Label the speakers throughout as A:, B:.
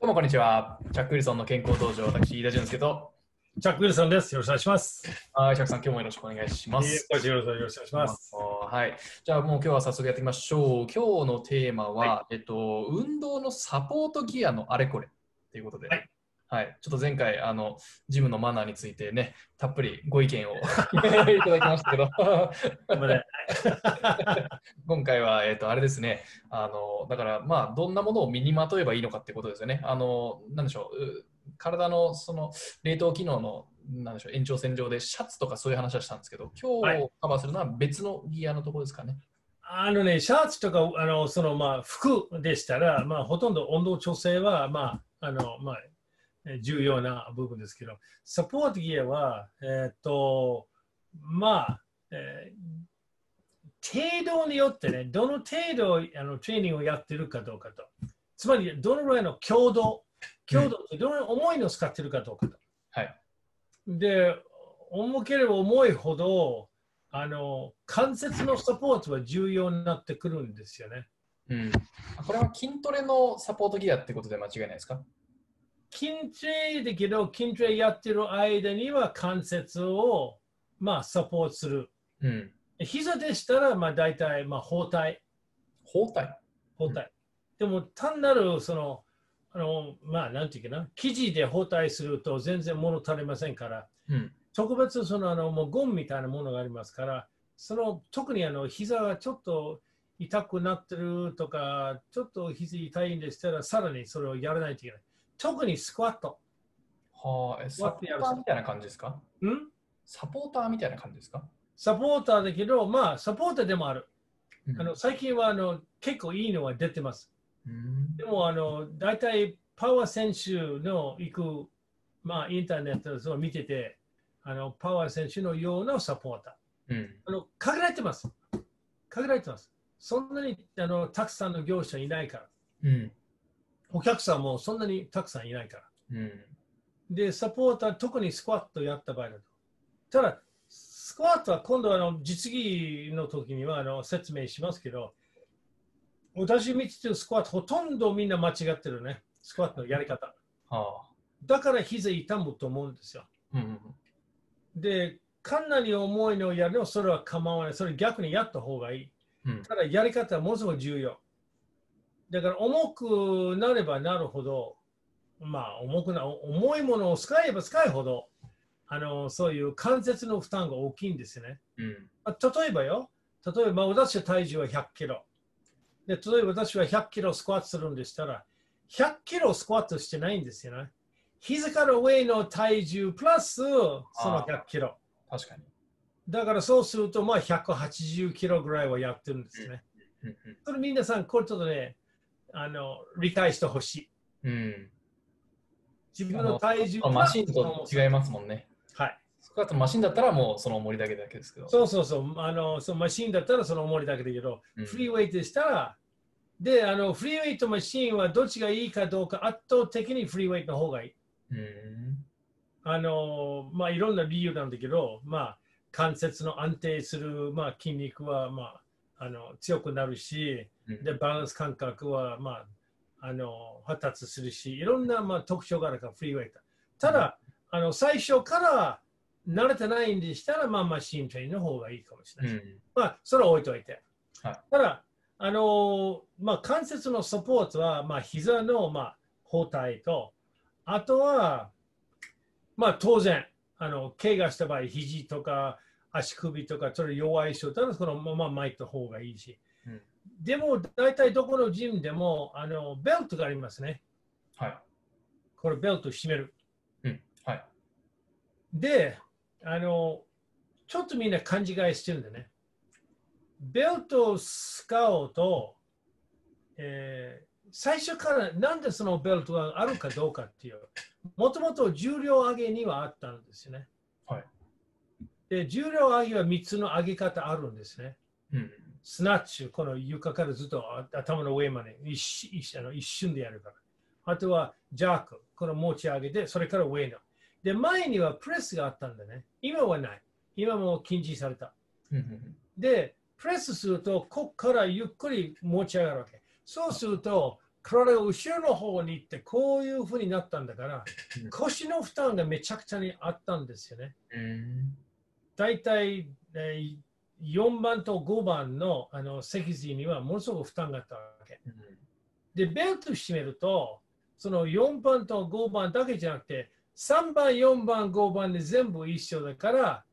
A: どうもこんにちは。チャックウィルソンの健康道場、私、飯田淳介と、
B: チャック・ウィルソンです。よろしくお願いします。
A: あーチャックさん、今日もよろしくお願いしま
B: いいえ
A: す。
B: こちらこそよろしくお願いします。
A: はい。じゃあもう今日は早速やっていきましょう。今日のテーマは、
B: は
A: えっと、運動のサポートギアのあれこれということで、
B: はい
A: はいちょっと前回、あの、ジムのマナーについてね、たっぷりご意見を いただきましたけど、
B: ごめんね
A: 今回は、えっと、あれですね、あの、だから、まあ、どんなものを身にまとえばいいのかってことですよね。あの、なんでしょう、う体のその冷凍機能の、なんでしょう、延長線上でシャツとかそういう話はしたんですけど、今
B: は
A: 日
B: い
A: カバーするのは別のギアのところですかね。
B: あのね、シャツとかあのその、まあ、服でしたら、まあ、ほとんど温度調整は、まああのまあ、え重要な部分ですけど、サポートギアは、えーっとまあえー程度によってね、どの程度あのトレーニングをやってるかどうかと、つまりどのぐらいの強度、強度ってどの重いのを使ってるかどうかと。
A: はい
B: で、重ければ重いほど、あの関節のサポートは重要になってくるんですよね。
A: うん、これは筋トレのサポートギアってことで間違いないですか
B: 筋トレだけど、筋トレやってる間には関節を、まあ、サポートする。
A: うん。
B: 膝でしたら、まあ、大体、まあ、包帯。
A: 包帯。
B: 包帯。でも、単なる、その、あの、まあ、なんていうかな、生地で包帯すると全然物足りませんから、
A: うん。
B: 特別そのあのもうゴムみたいなものがありますから、その特にあの膝がちょっと痛くなってるとか、ちょっと膝痛いんでしたら、さらにそれをやらないといけない。特にスクワット。
A: はあ、えサポーターみたいな感じですか
B: ん
A: サポーターみたいな感じですか
B: サポーターだけど、まあ、サポーターでもある。あの最近はあの結構いいのが出てます。
A: うん
B: でも、あの大体パワー選手の行く、まあ、インターネットを見てて、あのパワー選手のようなサポーター。
A: うん。
B: あの限られてます。限られてます。そんなにあのたくさんの業者いないから。
A: うん。
B: お客さんもそんなにたくさんいないから。
A: うん。
B: で、サポーター、特にスクワットやった場合だと。ただ、スクワットは今度あの実技の時にはあの説明しますけど、私見てるスクワット、ほとんどみんな間違ってるね。スクワットのやり方。
A: はあ。
B: だから膝痛むと思うんですよ。
A: うんうん
B: で、かなり重いのをやるのはそれは構わない。それ逆にやった方がいい。
A: うん。うん。
B: ただやり方はものすごく重要。だから重くなればなるほど、まあ重くな、重いものを使えば使うほど、あの、そういう関節の負担が大きいんですよね。
A: うん。
B: まあ、例えばよ、例えばまあ私は体重は100キロ。で、例えば私は100キロスクワットするんでしたら、100キロスクワットしてないんですよね。膝から上の体重プラスその100キロ。
A: 確かに。
B: だからそうすると、まあ180キロぐらいはやってるんですね。
A: うん
B: それ皆さん、これちょっとね、あの理解してほしい。
A: うん。うん
B: 自分の体重
A: まあマシンと違いますもんね。
B: はい。
A: スクワットマシンだったらもうその重りだけだけですけど。
B: そうそうそう。あのそのマシンだったらその重りだけだけど、
A: うん
B: フリーウェイトでしたら、で、あのフリーウェイトマシンはどっちがいいかどうか、圧倒的にフリーウェイトの方がいい。
A: うん。
B: あのまあ、いろんな理由なんだけど、まあ、関節の安定する、まあ、筋肉は、まあ、あの強くなるし、
A: うん
B: で、バランス感覚は、まあ、あの発達するし、いろんな、まあ、特徴があるから、フリーウェイター。ただ、あの最初から慣れてないんでしたら、まあ、マシントレインの方がいいかもしれ
A: う
B: ない。
A: ん。
B: まあ、それは置いといて。
A: はい
B: ただ、あのまあ、関節のサポートは、まあ、膝の、まあ、包帯と、あとは、まあ、当然、あの怪我した場合、肘とか足首とか、それ弱い人だったら、そのまま巻いた方がいいし。
A: うん
B: でも、大体どこのジムでも、あのベルトがありますね。
A: はい。
B: これ、ベルトを締める。
A: うん。はい。
B: で、あの、ちょっとみんな勘違いしてるんだね。ベルトを使おうと、えー最初からなんでそのベルトがあるかどうかっていう、もともと重量上げにはあったんですよね。
A: はい
B: で、重量上げは3つの上げ方あるんですね。
A: うん。
B: スナッチ、この床からずっとあ頭の上まで一し一あの一瞬でやるから。あとはジャーク、この持ち上げて、それから上の。で、前にはプレスがあったんだね。今はない。今も禁止された。
A: うんうん
B: で、プレスすると、ここからゆっくり持ち上がるわけ。そうすると、体が後ろの方に行って、こういうふうになったんだから
A: うん、
B: 腰の負担がめちゃくちゃにあったんですよね。
A: うん。
B: 大体、えー4番と5番のあの脊髄にはものすごく負担があったわけ。
A: うん
B: で、ベルトを締めると、その4番と5番だけじゃなくて、3番、4番、5番で全部一緒だから、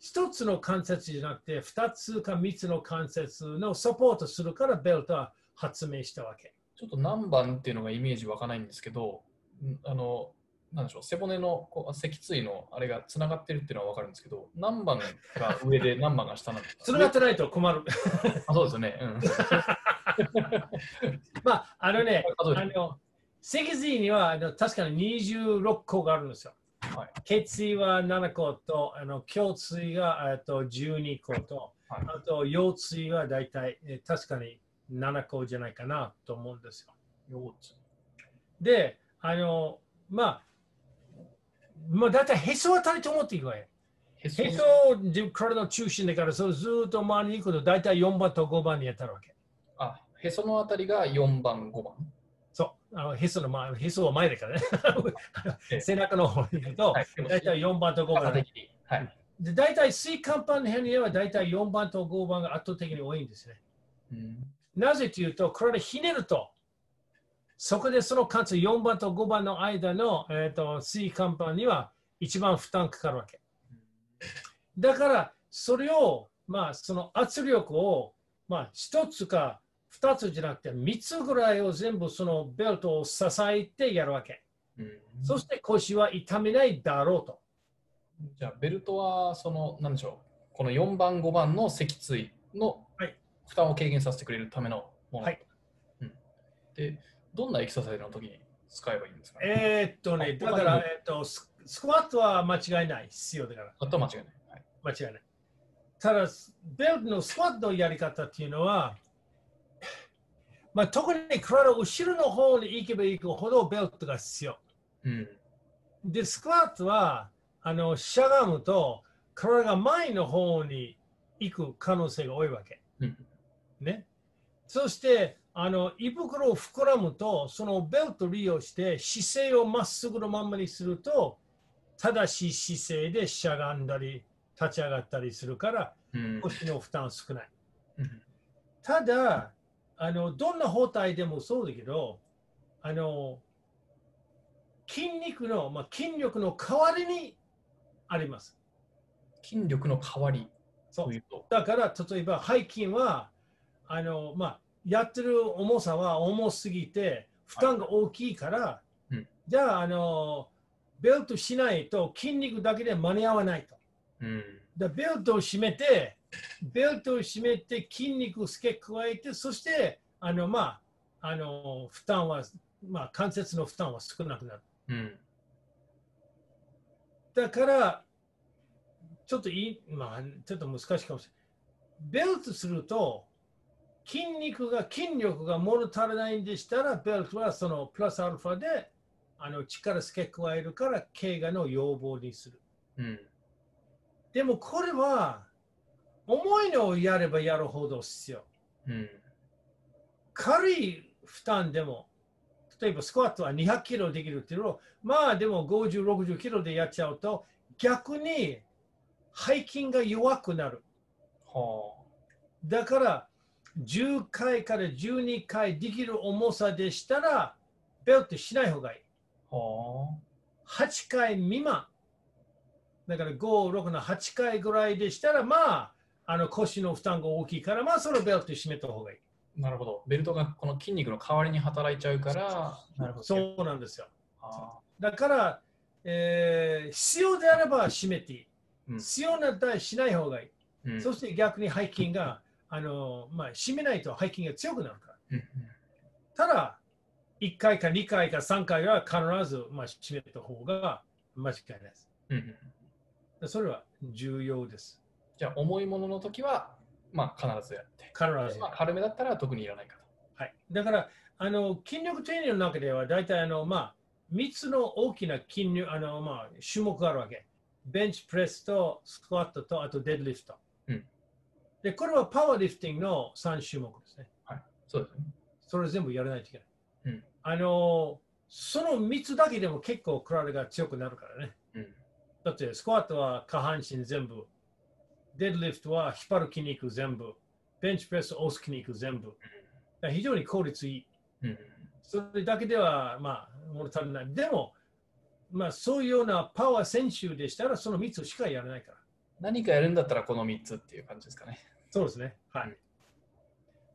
B: 1つの関節じゃなくて、2つか3つの関節のサポートするから、ベルトは発明したわけ。
A: ちょっと何番っていうのがイメージ湧かないんですけど、んあの、なんでしょう、背骨のこう脊椎のあれがつながってるっていうのは分かるんですけど、何番が上で何番が下なんですか
B: つながってないと困る。
A: あそうですよね。うん。
B: まあ、あのね、
A: 数え
B: あ
A: て
B: の、脊髄にはあの確かに26個があるんですよ。
A: はい
B: 血椎は7個と、あの胸椎がえっと12個と、
A: はい
B: あと腰椎は大体えー確かに7個じゃないかなと思うんですよ。
A: 腰椎
B: で、あの、まあ、まあ、だいたいへそあたりと思っていくわよ。
A: へそ
B: へそを自体の中心だから、それずーっと周りに行くと、だいたい4番と5番にやったわけ。
A: あへそのあたりが4番、5番。
B: そう、あのへその前、へそは前だからね
A: ええ。
B: 背中の方に行くと、
A: はい。
B: 大体4番と5
A: 肩
B: 番で
A: 的に。はい。
B: で。大体水管板の辺には大体4番と5番が圧倒的に多いんですね。
A: うん。
B: なぜというと、これでひねると、そこでその関節4番と5番の間の、えー、と水管板には一番負担かかるわけ。だから、それを、まあ、その圧力を、まあ、1つか2つじゃなくて3つぐらいを全部そのベルトを支えてやるわけ。
A: うん
B: そして腰は痛めないだろうと。
A: じゃあ、ベルトは、その、なんでしょう、この4番、5番の脊椎の
B: はい
A: 負担を軽減させてくれるためのもの。
B: はい
A: うんで、どんなエクササイズの時に使えばいいんですかね、
B: えーっとね、
A: あ
B: だか
A: 他に
B: ら、
A: も
B: えーっとス、スクワットは間違いない、必要だから、
A: あとは間違いない。はい
B: 間違いない。ただ、ベルトのスクワットのやり方っていうのは、まあ、特に体を後ろの方に行けば行くほどベルトが必要。
A: うん
B: で、スクワットは、あの、しゃがむと、体が前の方に行く可能性が多いわけ。
A: うん
B: ね。そして、あの、胃袋を膨らむと、そのベルトを利用して姿勢をまっすぐのまんまにすると、正しい姿勢でしゃがんだり、立ち上がったりするから、
A: うん
B: 腰の負担少ない。
A: うん
B: ただあのどんな包帯でもそうだけどあの筋肉の、まあ、筋力の代わりにあります
A: 筋力の代わり
B: そう
A: というと。
B: だから例えば背筋はあの、まあ、やってる重さは重すぎて負担が大きいから、
A: うん
B: じゃああのベルトしないと筋肉だけで間に合わないと。
A: うん
B: だベルトを締めて、ベルトを締めて、筋肉を付け加えて、そして、あの、まあ、あの、負担は、まあ、関節の負担は少なくなる。
A: うん
B: だから、ちょっといい、まあ、ちょっと難しいかもしれない。ベルトすると、筋肉が、筋力が物足りないんでしたら、ベルトはそのプラスアルファで、あの、力付け加えるから、怪我の要望にする。
A: うん
B: でもこれは重いのをやればやるほど必要。
A: うん
B: 軽い負担でも、例えばスクワットは200キロできるっていうのを、まあでも50、60キロでやっちゃうと、逆に背筋が弱くなる。
A: は
B: だから10回から12回できる重さでしたら、ベルトしない方がいい。
A: あ。は
B: 8回未満。だから5、6の8回ぐらいでしたら、まあ、あの腰の負担が大きいから、まあ、そのベルトを締めた方がいい。
A: あ。なるほど。ベルトがこの筋肉の代わりに働いちゃうから、なるほど。
B: そうなんですよ。
A: あ
B: だから、えー必要であれば締めていい。
A: うん
B: 必要なったらしない方がいい。
A: ーうん
B: そして逆に背筋が、あのまあ、締めないと背筋が強くなるから。
A: うんうん
B: ただ、1回か2回か3回は必ず、まあ、締めた方が間違いないです。
A: うんうん
B: それは重要です。
A: じゃあ、重いものの時は、まあ、必ずやって。
B: 必ず。
A: まあ、軽めだったら特にいらないかと。
B: はい、だからあの筋力トレーニングの中では大体あの、まあ、3つの大きな筋肉あの、まあ、種目があるわけ。ベンチプレスとスクワットとあとデッドリフト。
A: うん
B: でこれはパワーリフティングの3種目ですね。
A: そうですね。
B: それ全部やらないといけない。
A: うん
B: あのその3つだけでも結構体が強くなるからね。
A: うん
B: だってスクワットは下半身全部、デッドリフトは引っ張る筋肉全部、ベンチプレス押す筋肉全部。だから非常に効率いい。
A: うん
B: それだけでは、まあ、物足りない。でも、まあ、そういうようなパワー選手でしたら、その3つしかやらないから。
A: 何かやるんだったらこの3つっていう感じですかね。
B: そうですね。は
A: う
B: い
A: ん。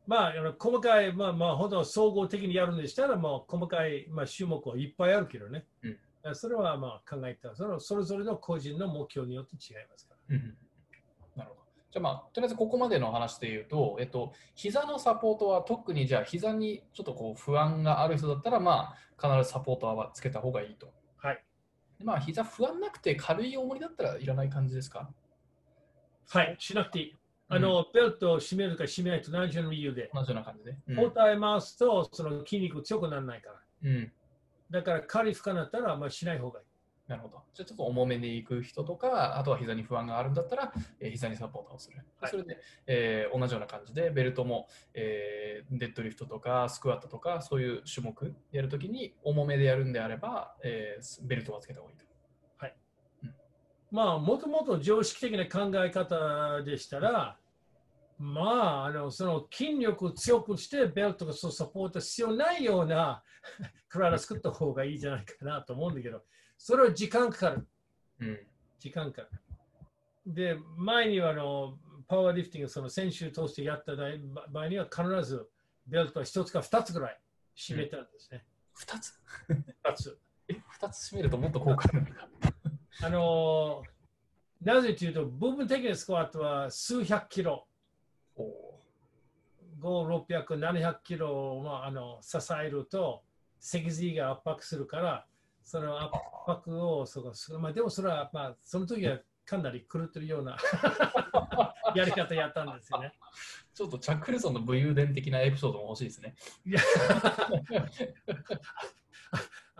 B: まあ、あの細かい、まあ、まあ、本当は総合的にやるんでしたら、まあ、細かい、まあ、種目をいっぱいあるけどね。
A: うん
B: あそれは、まあ、考えた。その、それぞれの個人の目標によって違いますから。
A: うんなるほど。じゃあまあ、とりあえずここまでの話で言うと、えっと、膝のサポートは特にじゃあ、膝にちょっとこう不安がある人だったら、まあ、必ずサポートはつけた方がいいと。
B: はい。
A: でまあ、膝不安なくて軽い重りだったらいらない感じですか
B: はい。しなくていい。あの、ベルトを締めるか締めないと何種の理由で。
A: 同じような感じで。うん
B: 包帯回すと、その筋肉強くならないから。
A: うん
B: だから、仮負荷になったら、まあ、しない方がいい。
A: なるほど。じゃあちょっと重めで行く人とか、あとは膝に不安があるんだったら、えー膝にサポートをする。
B: はい
A: それで、えー同じような感じで、ベルトも、えーデッドリフトとかスクワットとか、そういう種目やるときに重めでやるんであれば、えーベルトはつけた方がいいと。
B: まあ、もともと常識的な考え方でしたら、まあ、あのその筋力を強くしてベルトがそうサポート必要ないような 体を作った方がいいじゃないかなと思うんだけど、それは時間かかる。
A: うん。
B: 時間かかる。で、前にはあのパワーリフティング、その先週通してやった場合場合には必ずベルトは1つか2つぐらい締めたんですね。
A: 2つ
B: 2つ。
A: え、2つ締めるともっと効果あるのか。
B: あのーなぜというと、部分的なスクワットは数百キロ、
A: おお
B: 5、600、700キロを、まあ、あの支えると、脊髄が圧迫するから、その圧迫をそこする、まあ、でもそれは、まあ、その時はかなり狂ってるような やり方やったんですよね。
A: ちょっとチャックルソンの武勇伝的なエピソードも欲しいですね。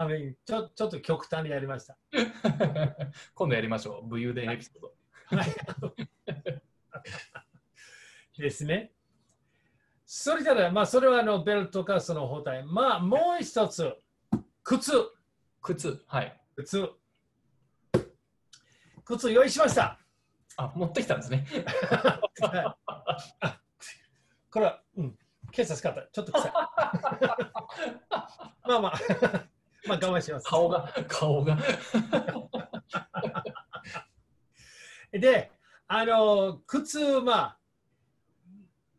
B: あのちょちょっと極端にやりました。
A: 今度やりましょう。武勇伝エピソード。
B: ですね。それから、まあ、それはあのベルトかその包帯。まあ、もう一つ、靴。
A: 靴。はい。
B: 靴。靴用意しました。
A: あ、持ってきたんですね。
B: はいあ これは、うん、今朝使った。ちょっと臭い。 まあまあ、まあ我慢します。
A: 顔が、顔が。
B: で、あの、靴、まあ、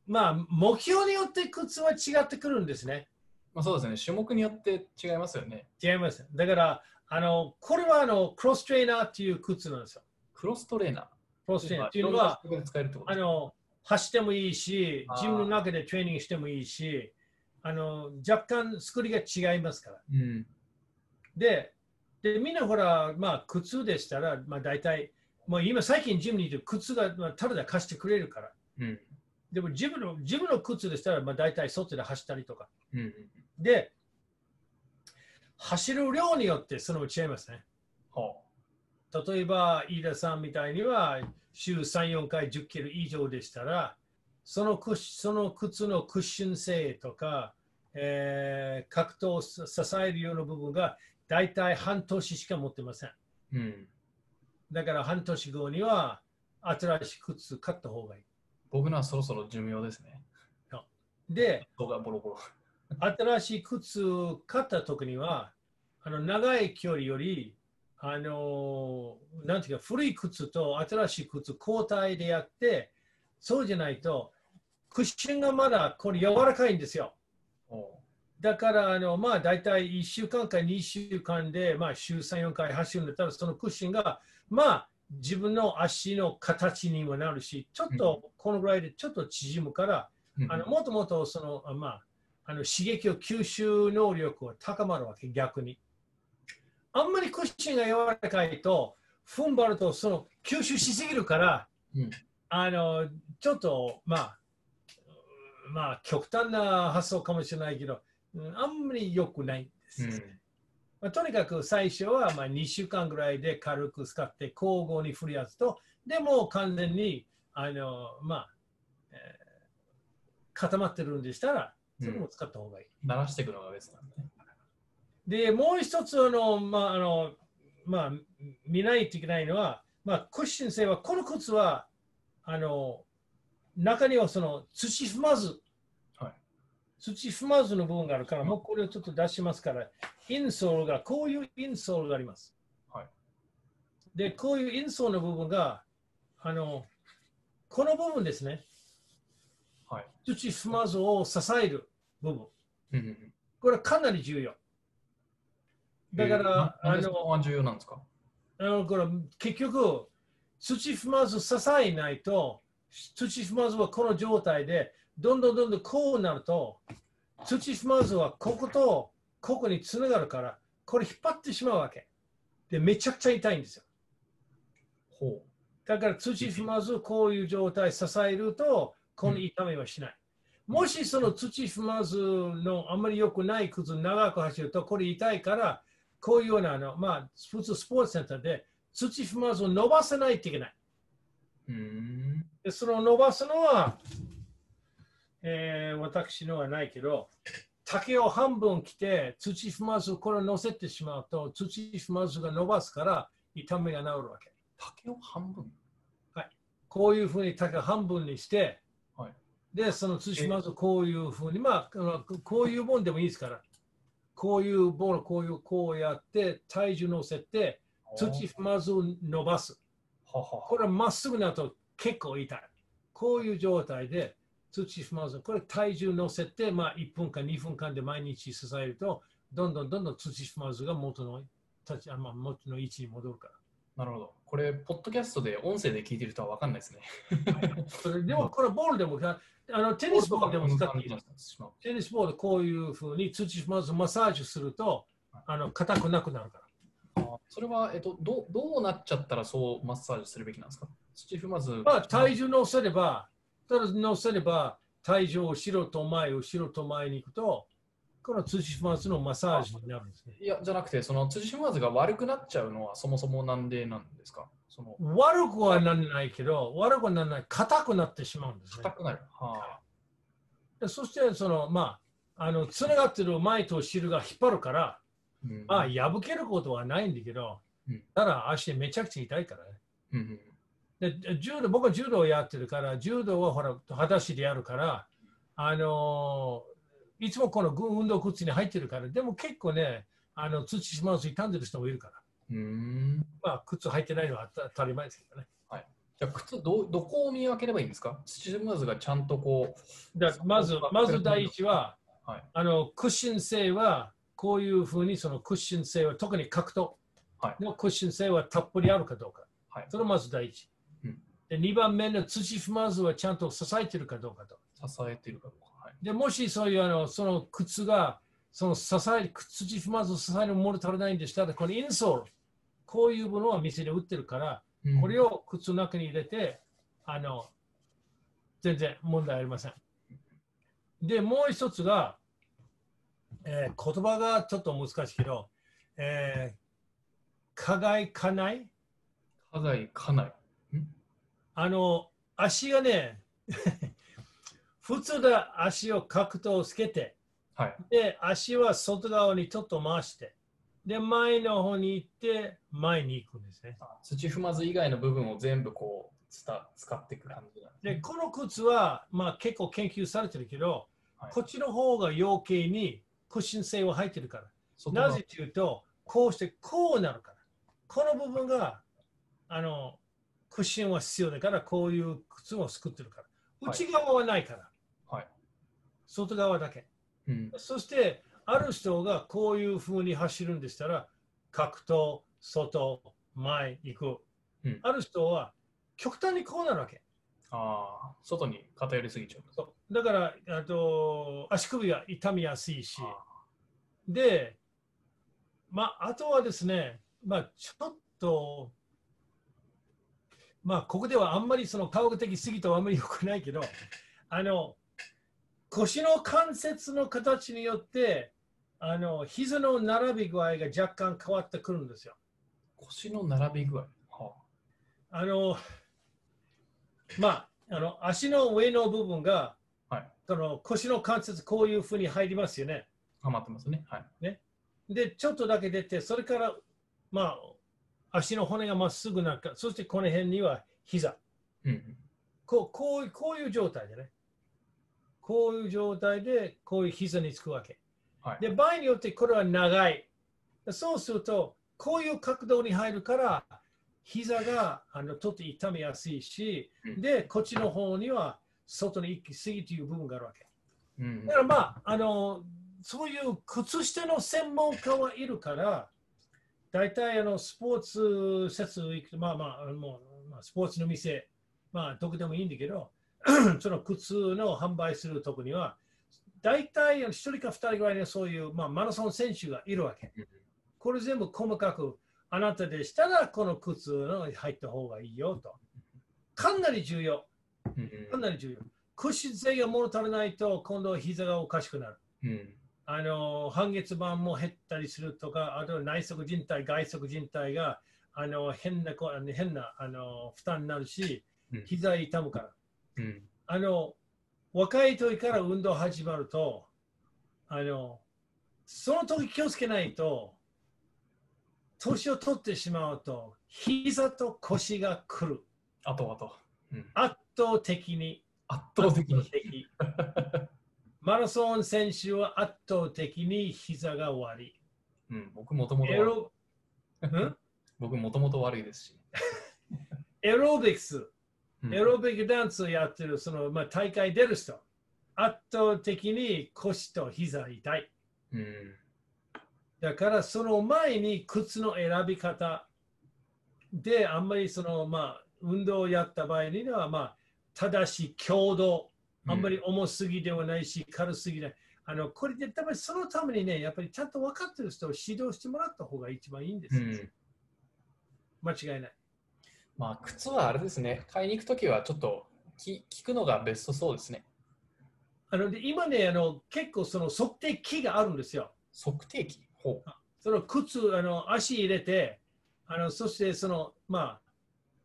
B: まあ、目標によって靴は違ってくるんですね。
A: まあ、そうですね、種目によって違いますよね。
B: 違います。だから、あの、これはあの、クロストレーナーっていう靴なんですよ。
A: クロストレーナー。
B: クロストレーナーっていう
A: ろん
B: の
A: な
B: は、
A: 種目で使えるってこと
B: あ
A: です
B: の走ってもいいし
A: あ、ー
B: ジムの中でトレーニングしてもいいし、あの若干作りが違いますから。
A: うん。
B: で、でみんなほら、まあ、靴でしたら、まあ、大体、もう今最近ジムにいる靴が、まあ、ただで貸してくれるから。
A: うん。
B: でもジムのジムの靴でしたら、まあ、大体外で走ったりとか。
A: うん。
B: で、走る量によってその違いますね。
A: は
B: 例えば飯田さんみたいには週34回10キロ以上でしたらそのクッシその靴のクッション性とか、えー格闘を支支えるような部分がだいたい半年しか持ってません
A: あ。うん。
B: だから半年後には新しい靴買った方がいい
A: 僕のはそろそろ寿命ですね。
B: で
A: 顔がボロボロ。
B: 新しい靴買った時にはあの長い距離よりあのーなんていうか古い靴と新しい靴交代でやってそうじゃないとクッションがまだこれ柔らかいんですよ
A: おう
B: だからあのまあ大体1週間か2週間でまあ週34回走るんだったらそのクッションがまあ自分の足の形にもなるしちょっとこのぐらいでちょっと縮むから、
A: うん
B: あのもっともっとその、あまあ、あの刺激を吸収能力が高まるわけ、逆に。あんまりクッションが柔らかいと、踏ん張るとその吸収しすぎるから、
A: うん
B: あのちょっと、まあ、うんまあ、極端な発想かもしれないけど、うんあんまり良くないんです
A: う
B: よね、
A: ん。
B: まあとにかく最初はまあ2週間ぐらいで軽く使って交互に振るやつと、でもう完全にあの、まあえー固まってるんでしたら、それも使った方がいい。
A: 慣らしていくのが別なんだね。
B: で、もう一つあの、まああのまあ、見ないといけないのは、まあ、クッション性は、この靴はあの中にはその土踏まず、
A: はい
B: 土踏まずの部分があるから、もうこれをちょっと出しますから、インソールが、こういうインソールがあります。
A: はい
B: で、こういうインソールの部分が、あのこの部分ですね、
A: はい。
B: 土踏まずを支える部分、
A: うんうんうん
B: これはかなり重要。だか
A: え
B: ら、
A: ーな
B: あ
A: なんで
B: の
A: そこが重要なんですか
B: あのこれ結局、土踏まず支えないと、土踏まずはこの状態で、どんどんどんどんこうなると、土踏まずはこことここにつながるから、これ引っ張ってしまうわけ。で、めちゃくちゃ痛いんですよ。
A: ほ
B: だから土踏まずこういう状態支えると、この痛みはしない。もしその土踏まずのあんまり良くない靴長く走ると、これ痛いから、こういうようなあの、まあ、普通スポーツセンターで土踏まずを伸ばさないといけない。
A: う。うーん。
B: でその伸ばすのは、えー私のはないけど、竹を半分切って土踏まずこれを乗せてしまうと、土踏まずが伸ばすから痛みが治るわけ。
A: 竹を半分
B: こういうふうに竹半分にして、
A: はい
B: で、その対馬ずこういうふうに、まああの、こういうもんでもいいですから、こういうボール、こういう、こうやって、体重乗せて、
A: あ
B: 土
A: ー
B: 踏まずを伸ばす。
A: はは
B: これまっすぐだと結構痛い。こういう状態で、土踏まず、これ体重乗せて、まあ、1分間、2分間で毎日支えると、どんどんどんどん土踏まずが元の立ちあ、まあ、元の位置に戻るから。
A: なるほど。これ、ポッドキャストで音声で聞いてる人は分かんないですね。
B: それでも、これボールでも、あのテニスボールでも使っていい。
A: しまう。
B: テニスボールこういうふうに土踏まずマッサージするとあの硬くなくなるから
A: あそれは、えっと、どうどうなっちゃったらそうマッサージするべきなんですか土踏まず。
B: まあ体重乗せればただ乗せれば体重を後ろと前後ろと前に行くとこの土踏まずのマッサージになるんですね
A: いや、じゃなくて、その土踏まずが悪くなっちゃうのはそもそもなんでなんですかその、
B: 悪くはならないけど悪くはならない硬くなってしまうんです
A: 硬
B: ね
A: くなる。は
B: でそしてそのまああのつながってる前と後ろが引っ張るから
A: あ。うん
B: まあ破けることはないんだけど
A: うん
B: ただ足めちゃくちゃ痛いからね
A: うんうん
B: で柔道僕は柔道をやってるから柔道はほら裸足でやるからあのーいつもこの運動靴に入ってるからでも結構ねあの土しまうと傷んでる人もいるから
A: うーん
B: まあ靴履いてないのは当た当たり前ですけどね
A: じゃあ靴どうどこを見分ければいいんですか土踏まずがちゃんとこう、
B: だからまずまず第一は、
A: はい
B: あのクッション性はこういうふうにそのクッション性は特に格闘
A: はい
B: のクッション性はたっぷりあるかどうか、
A: はい
B: それまず第一、
A: うん
B: で2番目の土踏まずはちゃんと支えてるかどうかと
A: 支えているかどうか。はい
B: でもしそういうあのその靴がその支える靴地踏まず支えるもの足りないんでしたらこのインソールこういうものは店で売ってるから
A: うん
B: これを靴の中に入れてあの全然問題ありませんでもう一つが、えー言葉がちょっと難しいけど、えー、加害加内
A: 家外、家内。
B: あの足がね 普通だ足を格闘つけて
A: はい。
B: で、足は外側にちょっと回して、で、前の方に行って、前に行くんですね。
A: あ土踏まず以外の部分を全部こうつた使っていく感じなんですね
B: で、この靴は、まあ結構研究されてるけど、
A: はい
B: こっちの方が養鶏にクッション性は入ってるから。
A: 外側
B: なぜというと、こうしてこうなるから。この部分が、あの、クッションは必要だから、こういう靴を作ってるから。
A: はい
B: 内側はないから。
A: はい
B: 外側だけ。
A: うん
B: そして、ある人がこういうふうに走るんでしたら、格闘、外、前、行く。
A: うん
B: ある人は極端にこうなるわけ。
A: ああ、外に偏りすぎちゃう。
B: そうだからあと、足首が痛みやすいし、
A: あ
B: で、まあ、あとはですね、まあ、ちょっと、まあ、ここではあんまりその科学的すぎとはあんまり良くない けど、あの、腰の関節の形によって、あの、膝の並び具合が若干変わってくるんですよ。
A: 腰の並び具合。は
B: あの、まあ、あの、足の上の部分が
A: はい、
B: その腰の関節、こういうふうに入りますよね。
A: はまってますね。はい。
B: で、ちょっとだけ出て、それから、まあ、足の骨がまっすぐなんか、そしてこの辺には膝。
A: うんうん。
B: こうこういうこういう状態でね。こういう状態で、こういう膝につくわけ。
A: はい。
B: で、場合によってこれは長い。そうすると、こういう角度に入るから、膝があのちょっと痛めやすいし
A: う、ん
B: で、こっちの方には外に行き過ぎという部分があるわけ。
A: うんうん
B: だからまあ、あのそういう靴下の専門家はいるから、大体あのスポーツ施設行くと、まあまあ、あのもうまあ、スポーツの店、まあ、どこでもいいんだけど、 その靴の販売するとこには、大体1人か2人ぐらいのそういう、まあ、マラソン選手がいるわけ。
A: うんうん
B: これ全部細かく、あなたでしたらこの靴の入った方がいいよと。かなり重要。
A: うん
B: かなり重要。腰勢が物足りないと、今度は膝がおかしくなる。
A: うんうん
B: あの半月板も減ったりするとか、あと内側靭帯、外側靭帯があの変なこあの変なあの負担になるし
A: うん、
B: 膝痛むから。
A: うん
B: あの若い時から運動始まると、あのその時気をつけないと、年を取ってしまうと、膝と腰が来る。
A: あとあと。うん
B: 圧倒的に。
A: 圧倒的に
B: 圧。倒的 マラソン選手は圧倒的に膝が悪い。
A: うん、僕もともと
B: エロん
A: 僕もともと悪いですし。
B: エロビクス、
A: うん
B: エロビクダンスをやってる、その、まあ、大会出る人、圧倒的に腰と膝痛い。
A: うん
B: だから、その前に靴の選び方で、あんまりその、まあ、運動をやった場合には、まあ、正しい強度、あんまり重すぎではないし、軽すぎない。あの、これで、多分そのためにね、やっぱりちゃんと分かってる人を指導してもらった方が一番いいんです
A: う
B: よ。
A: ん
B: 間違いない。
A: まあ、靴はあれですね、買いに行くときはちょっとき聞くのがベストそうですね。
B: あの、で今ね、あの、結構その測定器があるんですよ。
A: 測定器。ほう。
B: その靴、あの足入れて、あのそしてその、ま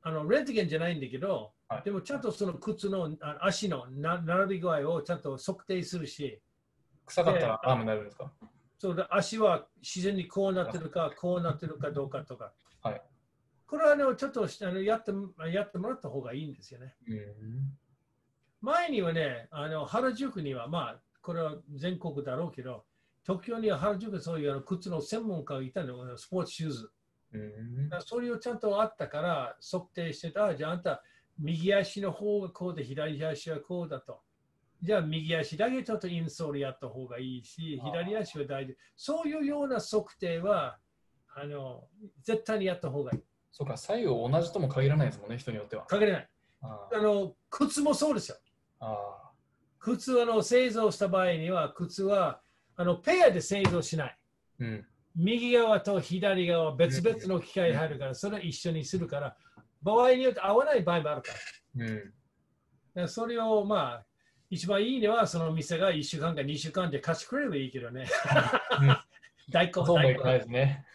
B: あ、あのレントゲンじゃないんだけど、
A: はい
B: でもちゃんとその靴のあ足のな並び具合をちゃんと測定するし、
A: 臭かったらアームになるんですか
B: その足は自然にこうなってるか、こうなってるかどうかとか。
A: はい
B: これは、ね、ちょっとあのやってやってもらった方がいいんですよね。
A: うん。
B: 前にはね、あの原宿には、まあ、これは全国だろうけど、東京には原宿にそういうあの靴の専門家がいたのよ、スポーツシューズ。
A: うん
B: だからそれをちゃんとあったから測定してた、あじゃああんた右足の方がこうで左足はこうだと。じゃあ右足だけちょっとインソールやった方がいいし、
A: あー
B: 左足は大丈夫。そういうような測定は、あの、絶対にやった方がいい。
A: そうか、左右同じとも限らないですもんね、人によっては。
B: かけれない。
A: あ
B: あの、靴もそうですよ。
A: ああ
B: 靴はあの製造した場合には、靴はあのペアで製造しない。
A: ー。うん。
B: 右側と左側は別々の機械に入るから、それは一緒にするから、場合によって合わない場合もあるから。
A: うん。
B: だからそれをまあ、一番いいのは、その店が1週間か2週間で貸してくれればいいけどね
A: うん。
B: 大根、
A: そうもい
B: 大
A: かない
B: 根。
A: ですね。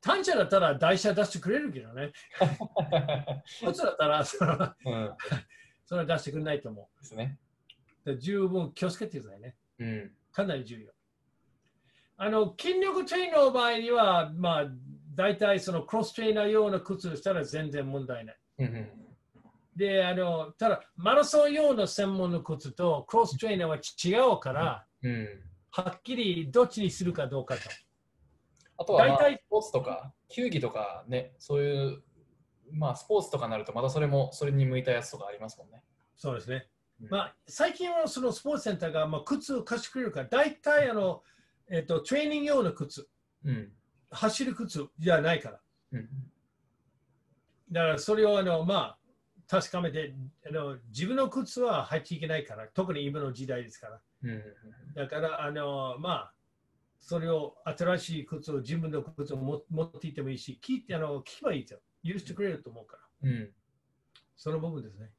B: 単車だったら台車出してくれるけどね。こっちだったらその、
A: うん。
B: それは出してくれないと思
A: ですね。
B: う。で十分気をつけてくださいね。
A: うん。
B: かなり重要。あの、筋力トレーニングの場合には、まあ、大体そのクロストレーナー用の靴をしたら全然問題ない。
A: うんうん。
B: で、あの、ただ、マラソン用の専門の靴とクロストレーナーは違うから、
A: うん。
B: はっきりどっちにするかどうかと。
A: あとは、まあ
B: 大体
A: スポーツとか、球技とかね、そういう、まあ、スポーツとかになると、またそれも、それに向いたやつとかありますもんね。
B: そうですね。
A: うん
B: まあ、最近はそのスポーツセンターが、まあ、靴を貸してくれるから、大体あの、えっと、トレーニング用の靴、
A: うん。
B: 走る靴じゃないから。
A: うん。
B: だからそれをあの、まあ、確かめてあの、自分の靴は入っていけないから、特に今の時代ですから。
A: うん。
B: だから、あのまあ、それを新しい靴を自分の靴をも持っていってもいいし、聞いてあの聞けばいいですよ。許してくれると思うから、
A: うん。
B: その部分ですね。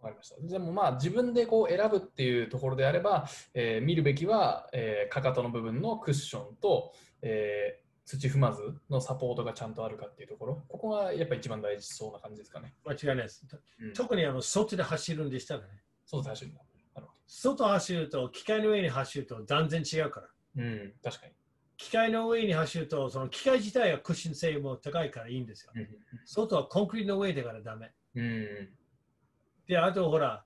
A: わかりました。でもまあ自分でこう選ぶっていうところであれば、えー見るべきは、えーかかとの部分のクッションと、えー土踏まずのサポートがちゃんとあるかっていうところ、ここがやっぱ一番大事そうな感じですかね。
B: 間違いないです。
A: うん、
B: 特にあの外で走るんでしたらね、
A: そう最初に。
B: 外走ると機械の上に走ると断然違うから。
A: うん、確かに。
B: 機械の上に走ると、その機械自体はクッション性も高いからいいんですよ。外はコンクリートの上だからダメ。
A: うん、うん、
B: で、あとほら、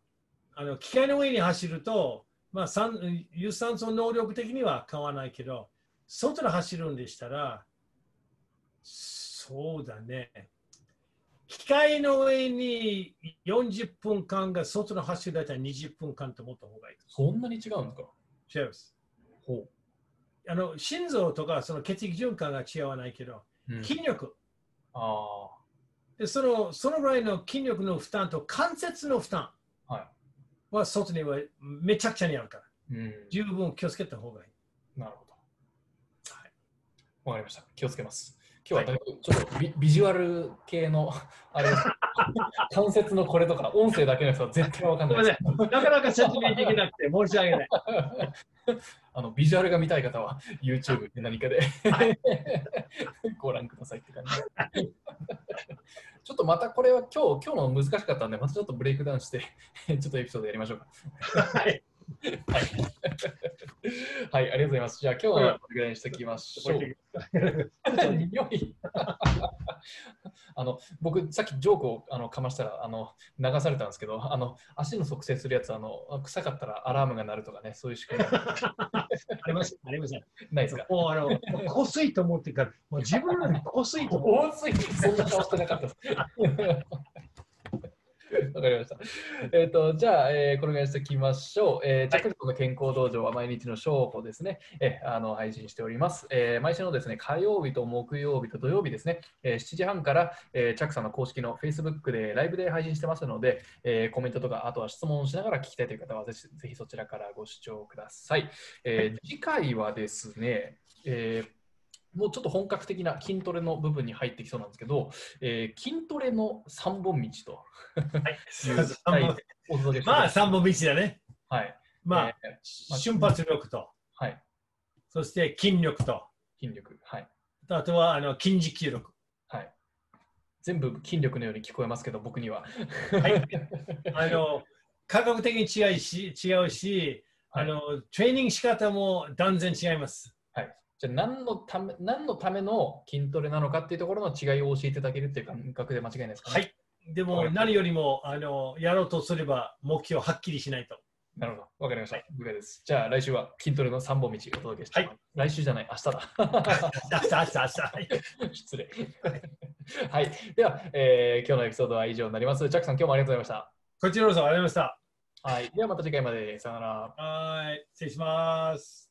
B: あの機械の上に走ると、まあ、酸有酸素能力的には変わらないけど、外で走るんでしたら、そうだね。機械の上に40分間が外の走るだったら20分間と思った方がいい。
A: そんなに違うんですか
B: 違います。
A: ほ
B: あの心臓とかその血液循環が違わないけど、
A: う。うん、
B: 筋力、
A: あ
B: でそのそのぐらいの筋力の負担と関節の負担
A: は
B: は外にはめちゃくちゃにあるから、
A: あ、うん、
B: 十分気をつけた方がいい。
A: なるほど。わ
B: は
A: かりました。気をつけます。今日はだいぶちょっとビ,、 ビジュアル系のあれです関節のこれとか音声だけの人は絶対わかん
B: すみ
A: ないで
B: ませ
A: す。
B: ん、なかなか説明できなくて申し訳ない。
A: あのビジュアルが見たい方は YouTube で何かでご覧くださいって感じ。 ちょっとまたこれは今日今日の難しかったんで、またちょっとブレイクダウンして、ちょっとエピソードやりましょうか。
B: はい、
A: はい、ありがとうございます。じゃあ今日はこれぐらいにしておきましょう。匂い あの僕、さっきジョークをあのかましたらあの流されたんですけど、あの足の測定するやつあの、臭かったらアラームが鳴るとかね、そういう仕組み
B: ありません、ありません。
A: ないですか。
B: もうあの、もうこすいと思ってから、もう自分のにこすいと思う。
A: 大ついそんな顔してなかったです。 わかりました。えっ、と、じゃあ、えーこれぐらいにしておきましょう。えー、ジャックリコの健康道場は毎日の正午ですね、えーあの配信しております。えー毎週のですね、火曜日と木曜日と土曜日ですね、えー7時半から、えー、チャックさんの公式の Facebook でライブで配信してますので、えーコメントとか、あとは質問をしながら聞きたいという方はぜひ、ぜひそちらからご視聴ください。えー次回はですね、えーもうちょっと本格的な筋トレの部分に入ってきそうなんですけど、えー筋トレの三本道と
B: 三
A: お届けし
B: 本ま
A: ま
B: あ、
A: す。
B: 三本道だね。
A: はい。
B: まあ、
A: え
B: 瞬発力と、
A: ーはい。
B: そして筋力と、
A: 筋力。はい。
B: あとはあの筋持久力。
A: はい。全部筋力のように聞こえますけど、僕には。
B: はいあの科学的に違いし違うし、
A: はい
B: あのトレーニング仕方も断然違います。
A: じゃあ何のため、何のための筋トレなのかっていうところの違いを教えていただけるっていう感覚で間違いないですかね。
B: はい。で
A: わか
B: も
A: りました
B: 何よりもあのやろうとすれば目標をはっきりしないと。
A: なるほど。わかりました。了解です。じゃあ来週は筋トレの三本道お届けして、
B: はい
A: 来週じゃない、明日だ。
B: 明日明日明日はい
A: 失礼。はい。では、えー今日のエピソードは以上になります。ジャックさん、今日もありがとうございまし。
B: こちらこそありがとうございました
A: はい。ではまた次回まで。さよなら。
B: した。はい。失礼します。